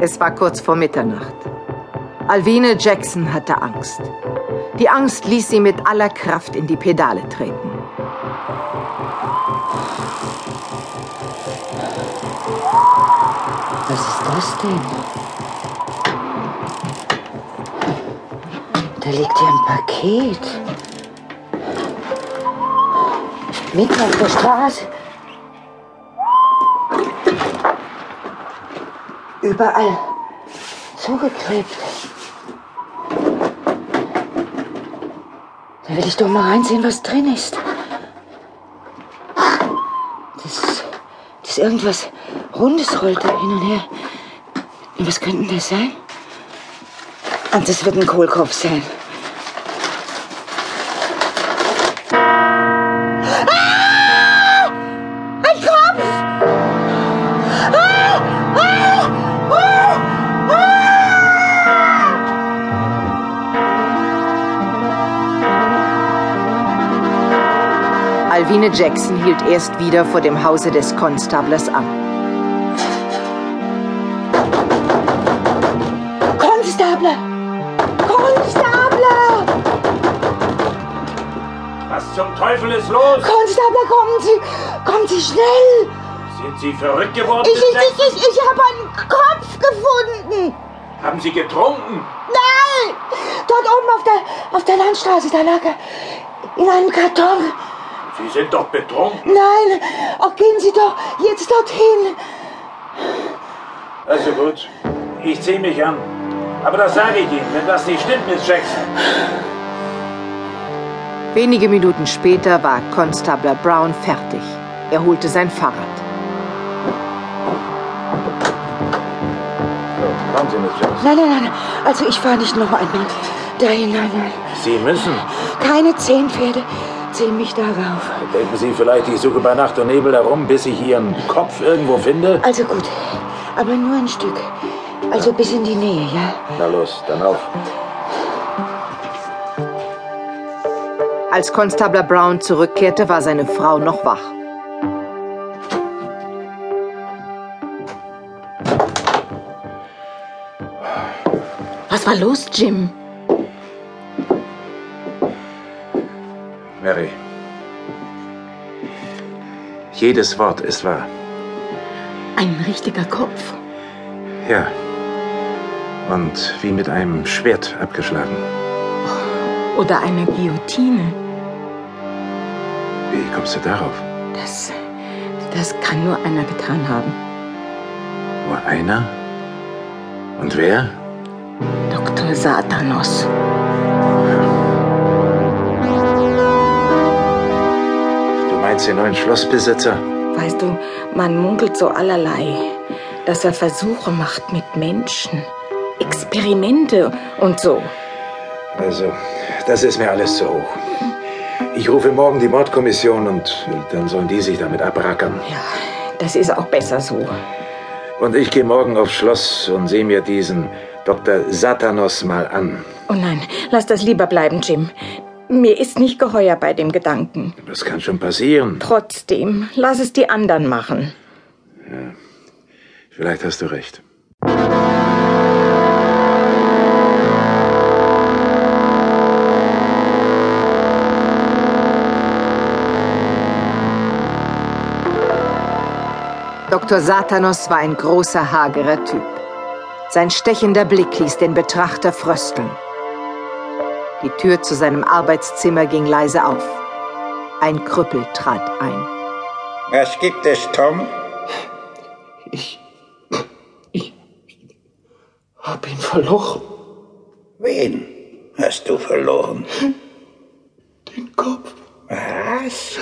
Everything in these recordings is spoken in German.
Es war kurz vor Mitternacht. Alvine Jackson hatte Angst. Die Angst ließ sie mit aller Kraft in die Pedale treten. Was ist das denn? Da liegt ja ein Paket. Mitten auf der Straße. Überall zugeklebt. Da will ich doch mal reinsehen, was drin ist. Das, das ist irgendwas Rundes rollt da hin und her. Und was könnte denn das sein? Und das wird ein Kohlkopf sein. Ah! Ein Kopf! Ah! Ah! Ah! Ah! Alvine Jackson hielt erst wieder vor dem Hause des Konstablers an. Konstabler! Konstabler! Was zum Teufel ist los? Konstabler, kommen Sie! Kommen Sie schnell! Sind Sie verrückt geworden? Ich, ich, Miss Jackson? ich, ich, ich habe einen Kopf gefunden! Haben Sie getrunken? Nein! Dort oben auf der, auf der Landstraße, da lag er in einem Karton. Sie sind doch betrunken. Nein, oh, gehen Sie doch jetzt dorthin. Also gut, ich ziehe mich an. Aber das sage ich Ihnen, wenn das nicht stimmt, Miss Jackson. Wenige Minuten später war Konstabler Brown fertig. Er holte sein Fahrrad. So, kommen Sie, Miss Jackson. Nein, nein, nein. Also ich fahre nicht noch einmal da hinein. Nein. Sie müssen. Keine zehn Pferde ziehen mich darauf. Denken Sie vielleicht, ich suche bei Nacht und Nebel herum, bis ich Ihren Kopf irgendwo finde? Also gut, aber nur ein Stück. Also bis in die Nähe, ja? Na los, dann auf. Als Konstabler Brown zurückkehrte, war seine Frau noch wach. Was war los, Jim? Mary. Jedes Wort ist wahr. Ein richtiger Kopf. Ja. Und wie mit einem Schwert abgeschlagen. Oder eine Guillotine. Wie kommst du darauf? Das, das kann nur einer getan haben. Nur einer? Und wer? Dr. Satanos. Du meinst den neuen Schlossbesitzer? Weißt du, man munkelt so allerlei, dass er Versuche macht mit Menschen. Experimente und so. Also, das ist mir alles zu hoch. Ich rufe morgen die Mordkommission und dann sollen die sich damit abrackern. Ja, das ist auch besser so. Und ich gehe morgen aufs Schloss und sehe mir diesen Dr. Satanos mal an. Oh nein, lass das lieber bleiben, Jim. Mir ist nicht geheuer bei dem Gedanken. Das kann schon passieren. Trotzdem, lass es die anderen machen. Vielleicht hast du recht. Dr. Satanos war ein großer, hagerer Typ. Sein stechender Blick ließ den Betrachter frösteln. Die Tür zu seinem Arbeitszimmer ging leise auf. Ein Krüppel trat ein. Was gibt es, Tom? Hab ihn verloren, Wen hast du verloren? den Kopf. Was?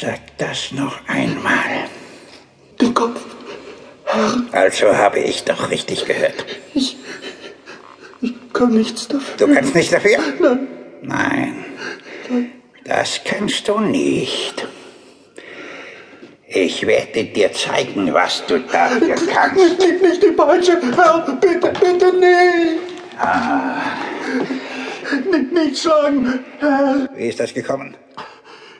Sag das noch einmal. Den Kopf. Also habe ich doch richtig gehört. Ich. Ich kann nichts dafür. Du kannst nicht dafür? Nein. Nein. Das kannst du nicht. Ich werde dir zeigen, was du dafür kannst. Gib nicht die Peitsche. Herr, bitte, bitte nicht. Nicht, nicht schlagen. Herr. Wie ist das gekommen?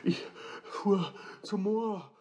Ich fuhr zum Moor.